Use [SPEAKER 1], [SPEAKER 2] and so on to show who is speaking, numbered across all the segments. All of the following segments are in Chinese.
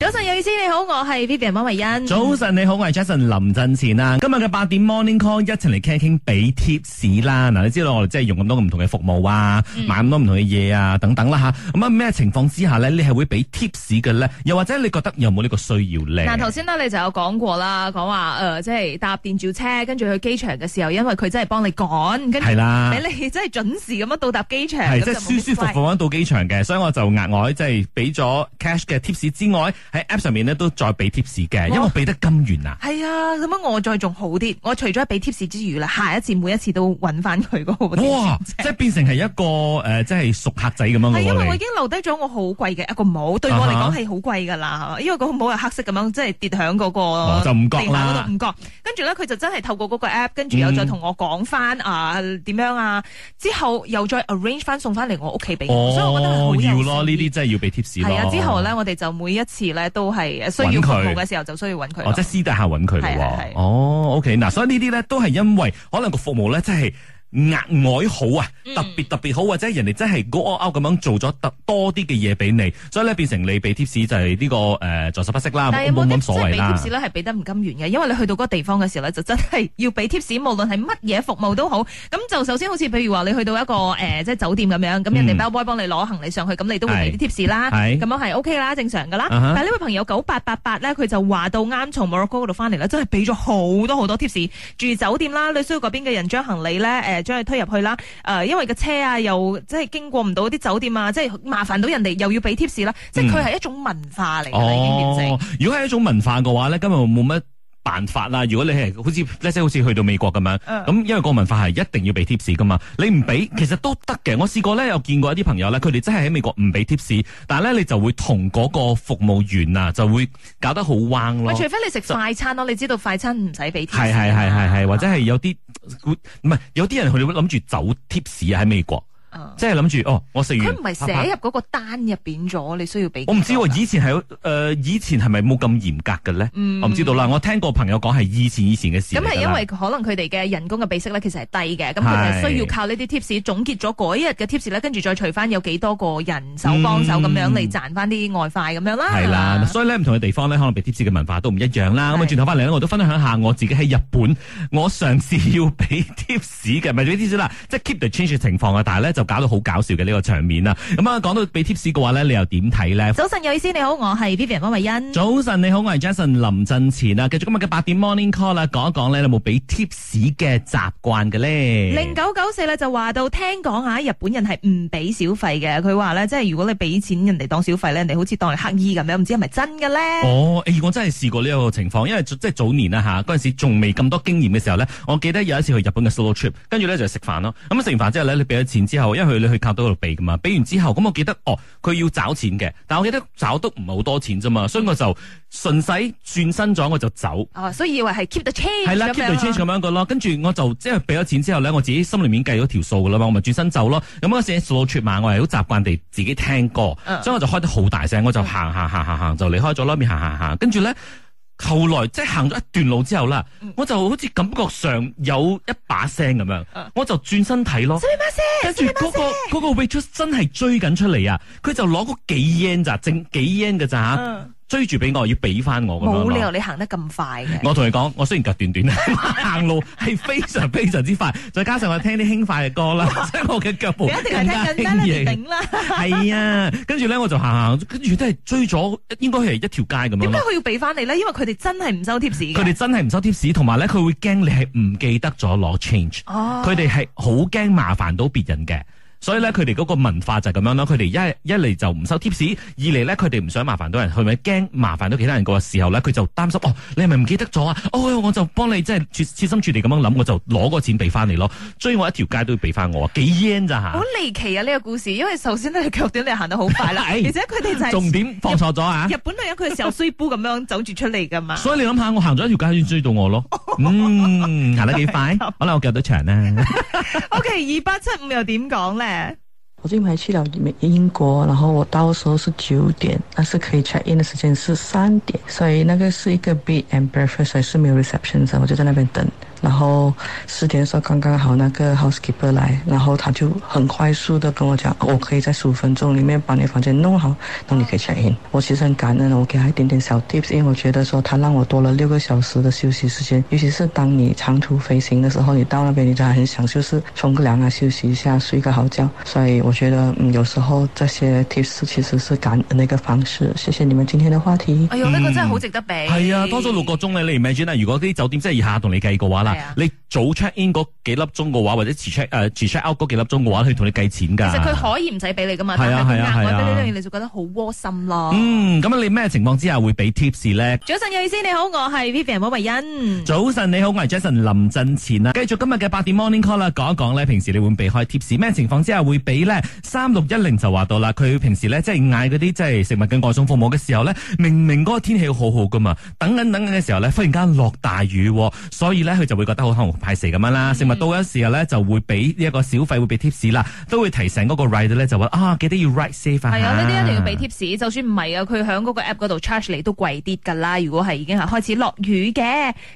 [SPEAKER 1] 早晨，有意思，你好，我係 Vivian 溫慧欣。
[SPEAKER 2] 早晨，你好，我係 Jason 林振前啊！今日嘅八點 Morning Call 一齊嚟傾一傾俾 tips 啦。嗱，你知道我哋即係用咁多唔同嘅服務啊，
[SPEAKER 1] 嗯
[SPEAKER 2] 買咁多唔同嘅嘢啊，等等啦吓。咁啊，咩情況之下呢？你係會俾 tips 嘅咧？又或者你覺得有冇呢個需要咧？
[SPEAKER 1] 嗱，頭先咧你就有講過啦，講話誒，即係搭電召車，跟住去機場嘅時候，因為佢真係幫你趕，跟住
[SPEAKER 2] 係啦
[SPEAKER 1] 俾你真係準時咁樣到達機場，
[SPEAKER 2] 係
[SPEAKER 1] 咁
[SPEAKER 2] 即係
[SPEAKER 1] 就冇咩
[SPEAKER 2] 舒舒服
[SPEAKER 1] 貴
[SPEAKER 2] 服。咁到機場嘅，所以我就額外即係俾咗 cash 嘅 tips 之外，喺 app 上面呢都再俾 tips 嘅，因為我俾得金元啊。
[SPEAKER 1] 係啊，咁樣我再仲好啲，我除咗俾 tips 之餘啦，下一次每一次都揾翻佢嗰個。
[SPEAKER 2] 哇！即係變成係一個誒、呃即係熟客仔咁樣嘅
[SPEAKER 1] 係因
[SPEAKER 2] 喎
[SPEAKER 1] 為我已
[SPEAKER 2] 你
[SPEAKER 1] 經留低咗我好貴嘅一個帽，對我嚟
[SPEAKER 2] 啊哈
[SPEAKER 1] 講係好貴㗎啦，因為個帽係黑色咁樣，即係跌響嗰
[SPEAKER 2] 哦
[SPEAKER 1] 個
[SPEAKER 2] 就唔覺啦
[SPEAKER 1] 地下嗰度唔覺。跟住咧，佢就真係透過嗰個 app，跟住又再同我講翻啊點樣啊，之後又再 arrange 翻送翻嚟我屋企俾我，所以我覺得係好
[SPEAKER 2] 哦，
[SPEAKER 1] 有
[SPEAKER 2] 要咯，
[SPEAKER 1] 誠
[SPEAKER 2] 呢
[SPEAKER 1] 意
[SPEAKER 2] 啲真係要俾 tips 咯。
[SPEAKER 1] 係啊，之後咧，我哋就每一次咧都係需
[SPEAKER 2] 揾
[SPEAKER 1] 要服務
[SPEAKER 2] 佢
[SPEAKER 1] 嘅時候就需要揾佢
[SPEAKER 2] 哦，
[SPEAKER 1] 咯
[SPEAKER 2] 即係。私底下揾佢
[SPEAKER 1] 係啊係
[SPEAKER 2] 咯
[SPEAKER 1] 係。
[SPEAKER 2] 哦，OK，嗱，所以呢啲咧都係因為可能個服務咧真係。額外好啊，
[SPEAKER 1] 嗯
[SPEAKER 2] 特別特別好，或者人哋真係 go all out 咁樣做咗特多啲嘅嘢俾你，所以咧變成你俾 tips 就係呢、個誒、呃在所不惜啦，
[SPEAKER 1] 但係有
[SPEAKER 2] 冇
[SPEAKER 1] 冇啲
[SPEAKER 2] 乜
[SPEAKER 1] 即
[SPEAKER 2] 所
[SPEAKER 1] 係
[SPEAKER 2] 謂
[SPEAKER 1] 俾
[SPEAKER 2] 啦
[SPEAKER 1] tips。咧係俾得唔甘願嘅？因為你去到嗰個地方嘅時候咧，就真係要俾 tips，無論係乜嘢服務都好。咁就首先好似譬如話你去到一個誒、呃即係酒店咁樣，咁人
[SPEAKER 2] 嗯
[SPEAKER 1] 哋包 boy 幫你攞行李上去，咁你都會俾啲 tips 啦，
[SPEAKER 2] 係
[SPEAKER 1] 咁樣係 OK 啦，正常噶啦。
[SPEAKER 2] 啊哈
[SPEAKER 1] 但係呢位朋友九八八八咧，佢就話到啱從 Morocco 嗰度翻嚟咧，真係俾咗好多好多 tips。住酒店啦，你需要嗰邊嘅人將行李咧誒將佢推入去啦。誒、因為個車啊又即係經過唔到啲酒店啊，即係麻煩到人哋又要俾 tips 啦。即係佢係一種文化嚟㗎啦，已經變成。
[SPEAKER 2] 哦，如果係一種文化嘅話咧，今日冇乜辦法啦。如果你係好似即係好似去到美國咁樣，
[SPEAKER 1] 嗯
[SPEAKER 2] 咁、因為個文化係一定要俾 tips 噶嘛，你唔俾其實都得嘅。我試過咧，有見過一啲朋友咧，佢哋真係喺美國唔俾 tips，但係咧你就會同嗰個服務員啊，就會搞得好彎
[SPEAKER 1] 喂，
[SPEAKER 2] 咯
[SPEAKER 1] 除。非你食快餐咯，你知道快餐唔使啊俾 t
[SPEAKER 2] 係係係係係，或者係有啲唔係有啲人佢哋會諗住走 tips 啊喺美國，
[SPEAKER 1] 嗯
[SPEAKER 2] 即係諗住哦，我食完
[SPEAKER 1] 佢唔係
[SPEAKER 2] 啪啪
[SPEAKER 1] 寫入嗰個單入邊咗，你需要俾幾
[SPEAKER 2] 我
[SPEAKER 1] 多。
[SPEAKER 2] 唔知喎，以前係誒、呃以前係咪冇咁嚴格嘅咧？
[SPEAKER 1] 嗯
[SPEAKER 2] 我唔知道啦。我聽過朋友講係以前以前嘅事嚟
[SPEAKER 1] 咁
[SPEAKER 2] 㗎啦。
[SPEAKER 1] 係因為可能佢哋嘅人工嘅比息咧，其實係低嘅，咁佢哋係需要靠呢啲 tips 總結咗嗰一日嘅 tips 咧，跟住再除翻有幾多個人手幫手咁樣
[SPEAKER 2] 嗯
[SPEAKER 1] 嚟賺翻啲外快咁樣啦。
[SPEAKER 2] 係啦，所以咧唔同嘅地方咧，可能俾 tips 嘅文化都唔一樣啦。咁啊，
[SPEAKER 1] 係
[SPEAKER 2] 轉頭翻嚟咧，我都分享下我自己喺日本，我嘗試要俾 tips 嘅，唔係俾 tips 啦，即係 keep the change 嘅情況啊。但係咧就搞到好搞笑嘅呢個場面啦。咁啊，講到俾 tips 嘅話咧，你又點睇咧？
[SPEAKER 1] 早晨有意思，你好，我係 Vivian 温慧欣。
[SPEAKER 2] 早晨，你好，我係 Jason 林振前啊。繼續今日嘅八點 Morning Call 啦，講一講咧，你有冇俾 tips 嘅習慣嘅咧？
[SPEAKER 1] 零九九四咧就話到，聽講下日本人係唔俾小費嘅。佢話咧，即係如果你俾錢人哋當小費咧，人哋好似當係乞衣咁樣，唔知係咪真嘅咧？
[SPEAKER 2] 哦，誒、我真係試過呢一個情況，因為即係早年啦嚇，嗰陣時仲未咁多經驗嘅時候咧，我記得有一次去日本嘅 solo trip，跟住咧就食飯咯。咁啊食完飯之後咧，你俾咗錢之後，因為佢你去靠到嗰度俾噶嘛，俾完之後，咁我記得哦，佢要找錢嘅，但我記得找得唔係好多錢啫嘛，所以我就順勢轉身咗我就走。
[SPEAKER 1] 哦，所以以為係 keep the change
[SPEAKER 2] 係啦
[SPEAKER 1] 咁
[SPEAKER 2] ，keep
[SPEAKER 1] 樣啊
[SPEAKER 2] the change 咁樣個咯，跟住我就即係俾咗錢之後咧，我自己心裏面計咗條數噶啦嘛，我咪轉身走咯。咁嗰時 slow trip 嘛，我係好習慣地自己聽歌，
[SPEAKER 1] 嗯
[SPEAKER 2] 所以我就開得好大聲，我就行行行行行就離開咗啦，邊行行行，跟住咧。後來即係行咗一段路之後啦，
[SPEAKER 1] 嗯
[SPEAKER 2] 我就好似感覺上有一把聲咁樣，
[SPEAKER 1] 嗯
[SPEAKER 2] 我就轉身睇咯。跟住嗰個嗰個 waitress 真係追緊出嚟啊！佢就攞嗰幾 yen 咋，剩幾 yen 嘅咋吓
[SPEAKER 1] 嗯
[SPEAKER 2] 追住俾我，要俾翻啊我咁樣咯啊
[SPEAKER 1] 冇理由你行得咁快嘅。
[SPEAKER 2] 我同你講，我雖然腳短短， 行路係非常非常之快，再加上我聽啲輕快嘅 歌啦，所以我嘅腳步
[SPEAKER 1] 你一定
[SPEAKER 2] 更加
[SPEAKER 1] 係聽緊啦，你
[SPEAKER 2] 輕盈。
[SPEAKER 1] 頂啦。
[SPEAKER 2] 係啊，跟住咧我就行行，跟住都係追咗，應該係一條街咁樣
[SPEAKER 1] 點解
[SPEAKER 2] 咯。
[SPEAKER 1] 佢要俾翻你咧？因為佢哋真係唔收貼士
[SPEAKER 2] 佢
[SPEAKER 1] 嘅。
[SPEAKER 2] 哋真係唔收貼士，同埋咧佢會驚你係唔記得咗攞 change。
[SPEAKER 1] 哦
[SPEAKER 2] 佢哋係好驚麻煩到別人嘅。所以咧，佢哋嗰個文化就係咁樣啦。佢哋一一嚟就唔收 tips，二嚟咧佢哋唔想麻煩到人，佢咪驚麻煩到其他人個時候咧，佢就擔心哦，你係咪唔記得咗啊？哦，我就幫你即係切切心處地咁樣諗，我就攞個錢俾翻你咯。追我一條街都要俾翻我，啊幾 yen 咋
[SPEAKER 1] 好
[SPEAKER 2] 嚇？
[SPEAKER 1] 離奇啊！呢個故事，因為首先咧，你腳短你行得好快啦，而
[SPEAKER 2] 係
[SPEAKER 1] 且佢哋就係
[SPEAKER 2] 重點放錯咗啊！
[SPEAKER 1] 日本女人，佢係由衰煲咁樣走住出嚟噶嘛。
[SPEAKER 2] 所以你諗下，我行咗一條街先追到我咯。嗯，行得 幾快？可能我腳都長啦。
[SPEAKER 1] O K，二八七五又點講
[SPEAKER 2] 嗯
[SPEAKER 1] 咧？
[SPEAKER 3] 我最近还去了美英国，然后我到时候是九点，但是可以 check in 的时间是三点，所以那个是一个 bed and breakfast，所以是没有 reception 的，我就在那边等，然后四点的时候刚刚好那个 housekeeper 来，然后他就很快速的跟我讲，哦我可以在十五分钟里面把你房间弄好，然后你可以 check in。我其实很感恩的，我给他一点点小 tips，因为我觉得说他让我多了六个小时的休息时间，尤其是当你长途飞行的时候，你到那边你就还很想就是冲个凉啊，休息一下，睡个好觉。所以我觉得嗯，有时候这些 tips 其实是感恩的一个方式。谢谢你们今天的话题。
[SPEAKER 1] 哎呦，呢個真係好值得俾。
[SPEAKER 2] 係啊，多咗六個鐘咧，你唔係 g 啦。如果啲酒店真係以下同你計嘅話
[SPEAKER 1] 係啊
[SPEAKER 2] 啦，你早 check in 嗰幾粒鐘嘅話，或者遲 check 誒遲 check out 嗰幾粒鐘嘅話，佢同你計錢㗎。
[SPEAKER 1] 其實佢可以唔使俾你噶嘛，但
[SPEAKER 2] 啊係
[SPEAKER 1] 係
[SPEAKER 2] 啊
[SPEAKER 1] 佢額
[SPEAKER 2] 係啊
[SPEAKER 1] 外
[SPEAKER 2] 係啊
[SPEAKER 1] 俾你呢樣嘢，你就覺得好窩心咯。
[SPEAKER 2] 嗯，咁你咩情況之下會俾 tips 咧？
[SPEAKER 1] 早晨，有意思，你好，我係 Vivian 莫慧欣。
[SPEAKER 2] 早晨，你好，我係 Jason 林振前啊啦。繼續今日嘅八點 Morning Call 啦，講一講咧，平時你會唔會避開 tips？咩情況之下會俾咧？三六一零就話到啦，佢平時咧即係嗌嗰啲即係食物嘅外送服務嘅時候咧，明明嗰個天氣好好噶嘛，等緊等緊嘅時候咧，忽然間落大雨喎，所以咧佢就會覺得好可能派蛇咁樣
[SPEAKER 1] 嗯
[SPEAKER 2] 啦。食物到嘅時候咧就會俾呢一個小費會俾 tips 啦，都會提醒嗰個 ride 咧就話啊記得要 ride safe 啊。
[SPEAKER 1] 係啊，呢啲一定要俾 tips，就算唔係啊，佢喺嗰個 app 嗰度 charge 你都貴啲㗎啦。如果係已經係開始落雨嘅，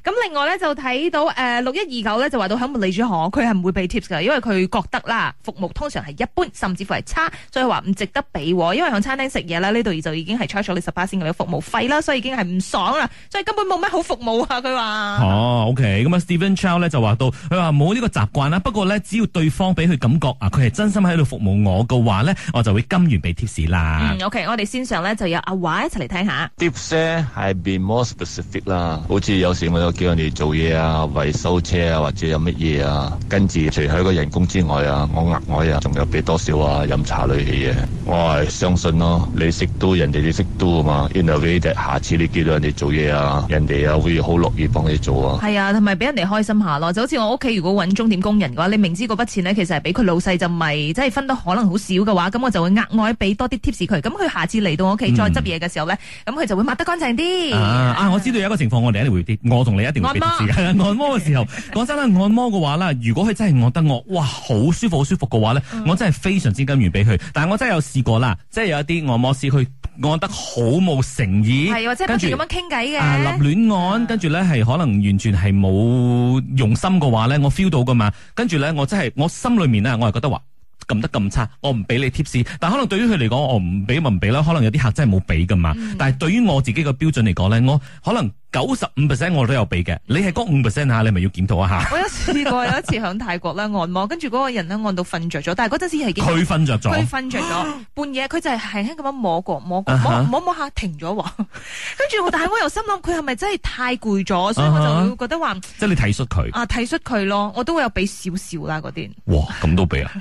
[SPEAKER 1] 咁另外咧就睇到誒六一二九咧就話到喺茉莉珠河，佢係唔會俾 tips 㗎，因為佢覺得啦服務通常係一般，甚至乎係差，所以話唔值得俾喎。因為喺餐廳食嘢啦，呢度就已經係 charge 咗你十八先嘅服務費啦，所以已經係唔爽啦，所以根本冇咩好服務啊。佢話
[SPEAKER 2] 哦，OK，咁啊，Steven Chow 咧就話到，佢話冇呢個習慣啦，不過咧，只要對方俾佢感覺啊，佢係真心喺度服務我嘅話咧，我就會甘願俾 tips 啦
[SPEAKER 1] 嗯。OK，我哋線上咧就有阿華一齊嚟聽下。
[SPEAKER 4] Tips 咧係 be more specific 啦，好似有時我有叫人哋做嘢啊、維修車啊，或者有乜嘢啊，跟住除咗個人工之外啊，我額外啊仲有俾多少啊飲茶類嘅嘢，我係相信咯，你識到人哋你識到啊嘛，in a way that 下次你叫到人哋做嘢啊，人哋啊會好樂意幫你做啊。
[SPEAKER 1] 係啊，同埋俾人哋開心下咯。就好似我屋企如果揾鐘點工人嘅話，你明知嗰筆錢呢，其實係俾佢老細就唔係，即係分得可能好少嘅話，咁我就會額外俾多啲 tips 佢。咁佢下次嚟到我屋企再執嘢嘅時候呢，咁佢、就會抹得乾淨啲。
[SPEAKER 2] 啊啊！
[SPEAKER 1] 嗯
[SPEAKER 2] 我知道有一個情況，我哋一定會啲，我同你一定會俾 tips 嘅。 按摩嘅時候，講真啦，按摩嘅話啦，如果佢真係按得我，哇，好舒服，好舒服嘅話咧，
[SPEAKER 1] 嗯
[SPEAKER 2] 我真係非常之甘願俾佢。但係我真係有試過啦，即係有一啲按摩師佢按得好冇誠意，
[SPEAKER 1] 係或者不斷
[SPEAKER 2] 跟住
[SPEAKER 1] 咁樣傾偈
[SPEAKER 2] 啊
[SPEAKER 1] 嘅。
[SPEAKER 2] 立亂按，跟住咧係可能完全係冇用心嘅話咧，我 feel 到噶嘛。跟住咧，我真係我心裏面咧，啊我係覺得話。撳得咁差，我唔俾你 tips，但可能對於佢嚟講，我唔俾咪唔俾啦。可能有啲客真係冇俾噶嘛。
[SPEAKER 1] 嗯
[SPEAKER 2] 但係對於我自己嘅標準嚟講咧，我可能九十五 percent 我都有俾嘅。你係嗰五 percent 下，你咪要檢討一下。
[SPEAKER 1] 我有試過有一次喺泰國咧按摩，跟住嗰個人咧按到瞓着咗，但係嗰陣時係已經
[SPEAKER 2] 佢瞓着
[SPEAKER 1] 佢
[SPEAKER 2] 咗，
[SPEAKER 1] 瞓着 咗，半夜佢就係輕輕咁樣摸過摸過
[SPEAKER 2] 啊
[SPEAKER 1] 摸
[SPEAKER 2] 哈
[SPEAKER 1] 摸摸下停咗 喎。跟住我，但係我又心諗佢係咪真係太攰咗，所以我
[SPEAKER 2] 啊哈
[SPEAKER 1] 就會覺得話。
[SPEAKER 2] 即係你體恤佢。
[SPEAKER 1] 啊，體恤佢咯，我都會有俾少少啦嗰啲。
[SPEAKER 2] 哇，咁都俾啊！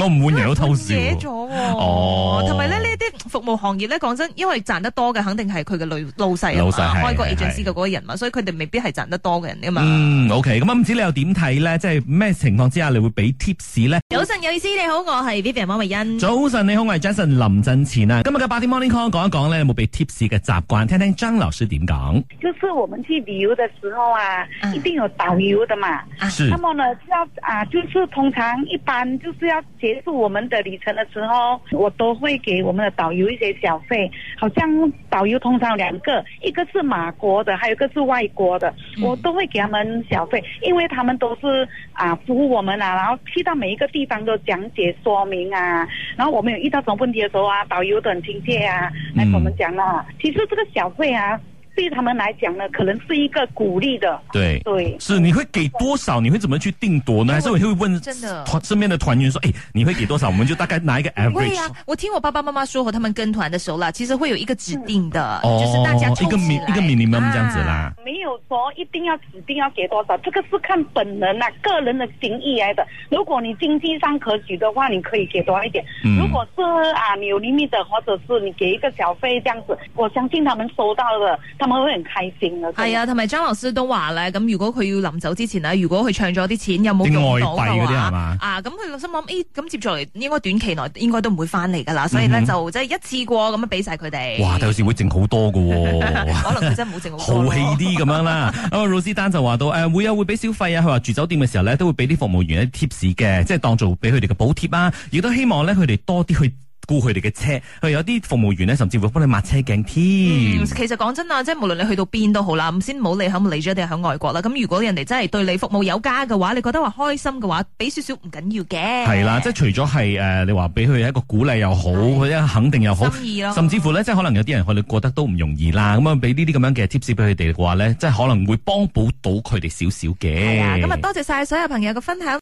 [SPEAKER 2] 我唔會人都 偷笑
[SPEAKER 1] 惹
[SPEAKER 2] 喎。
[SPEAKER 1] 咗喎
[SPEAKER 2] 哦
[SPEAKER 1] 同埋咧呢啲服務行業咧，講真，因為賺得多嘅肯定係佢嘅老老細啊嘛，
[SPEAKER 2] 老細係
[SPEAKER 1] 開國
[SPEAKER 2] 係
[SPEAKER 1] agency
[SPEAKER 2] 係
[SPEAKER 1] 嘅嗰個人嘛，所以佢哋未必係賺得多嘅人啊嘛。
[SPEAKER 2] 嗯，OK，咁啊，唔知你又點睇咧？即係咩情況之下你會俾 tips 咧？
[SPEAKER 1] 早晨有意思，你好，我係
[SPEAKER 2] 嗯
[SPEAKER 1] Vivian 馬慧欣。
[SPEAKER 2] 早晨，你好，我係 Jason 林振前啊。今日嘅八點 Morning Call 講一講咧，有冇俾 tips 嘅習慣？聽聽張老師點講。
[SPEAKER 5] 就是我们去旅游的时候啊，
[SPEAKER 1] 嗯
[SPEAKER 5] 一定有导游的嘛。
[SPEAKER 1] 啊
[SPEAKER 2] 是
[SPEAKER 5] 那么呢，就要啊，就是通常一般就是要结束我们的旅程的时候，我都会给我们的导游一些小费。好像导游通常有两个，一个是马国的，还有一个是外国的，
[SPEAKER 1] 嗯
[SPEAKER 5] 我都会给他们小费，因为他们都是啊服务我们啊，然后去到每一个地方都讲解说明啊，然后我们有遇到什么问题的时候啊，导游都很亲切啊，来跟我们讲啦、其实这个小费啊，对于他们来讲呢，可能是一个鼓励的，
[SPEAKER 2] 對，
[SPEAKER 5] 对。
[SPEAKER 2] 是你會給多少？你會怎麼去定奪呢？還是你會問
[SPEAKER 1] 真的
[SPEAKER 2] 團身邊的團員說，誒、你會給多少？我們就大概拿一 個
[SPEAKER 1] 会
[SPEAKER 2] average
[SPEAKER 1] 呀、。啊我听我爸爸妈妈说和他们跟团的时候啦，其實會有一個指定的，
[SPEAKER 2] 哦
[SPEAKER 1] 就是大家
[SPEAKER 2] 一個
[SPEAKER 1] 湊起
[SPEAKER 2] min
[SPEAKER 1] 來啊
[SPEAKER 2] 一個 minimum 這樣子啦。。
[SPEAKER 5] 没有说一定要指定要给多少，这个是看本人呐、个人的情谊来的。如果你经济上可取的话，你可以给多一点；
[SPEAKER 2] 嗯
[SPEAKER 5] 如果是啊你有 limit 的，或者是你给一个小费这样子，我相信他们收到了，他们会很开心的。
[SPEAKER 1] 係啊，同埋張老師都話咧，咁如果佢要臨走之前咧，如果佢唱咗啲錢有冇
[SPEAKER 2] 啲
[SPEAKER 1] 用
[SPEAKER 2] 外
[SPEAKER 1] 到
[SPEAKER 2] 幣
[SPEAKER 1] 嘅
[SPEAKER 2] 嗰啲係
[SPEAKER 1] 話，
[SPEAKER 2] 嘛
[SPEAKER 1] 啊，咁佢心諗，咦，咁接住嚟應該短期內應該都唔會翻嚟㗎啦，所以咧
[SPEAKER 2] 嗯哼
[SPEAKER 1] 就即係一次過咁樣俾晒佢哋。
[SPEAKER 2] 哇，但有時會剩好多㗎 喎、 哦
[SPEAKER 1] 可能佢真係冇剩好
[SPEAKER 2] 豪
[SPEAKER 1] 多咯
[SPEAKER 2] 氣啲咁 樣啦。咁啊，老斯丹就話到誒會啊，會俾小費啊。佢話住酒店嘅時候咧，都會俾啲服務員一啲 tips 嘅，即係當做俾佢哋嘅補貼啊。亦都希望咧佢哋多啲去。顧佢哋嘅車，佢有啲服務員咧，甚至會幫你抹車鏡添。
[SPEAKER 1] 嗯，其實講真啊，即係無論你去到邊都好啦，咁先唔好理喺唔理咗定係喺外國啦。咁如果人哋真係對你服務有加嘅話，你覺得話開心嘅話，俾少少唔緊要嘅。
[SPEAKER 2] 係啦，即係除咗係誒，你話俾佢一個鼓勵又好，或者肯定又好，
[SPEAKER 1] 心意咯，
[SPEAKER 2] 甚至乎咧，即係可能有啲人佢哋過得都唔容易啦。咁啊，俾呢啲咁樣嘅 tips 俾佢哋嘅話咧，即係可能會幫補到佢哋少少嘅。
[SPEAKER 1] 啊係啊。今日多謝晒所有朋友嘅分享。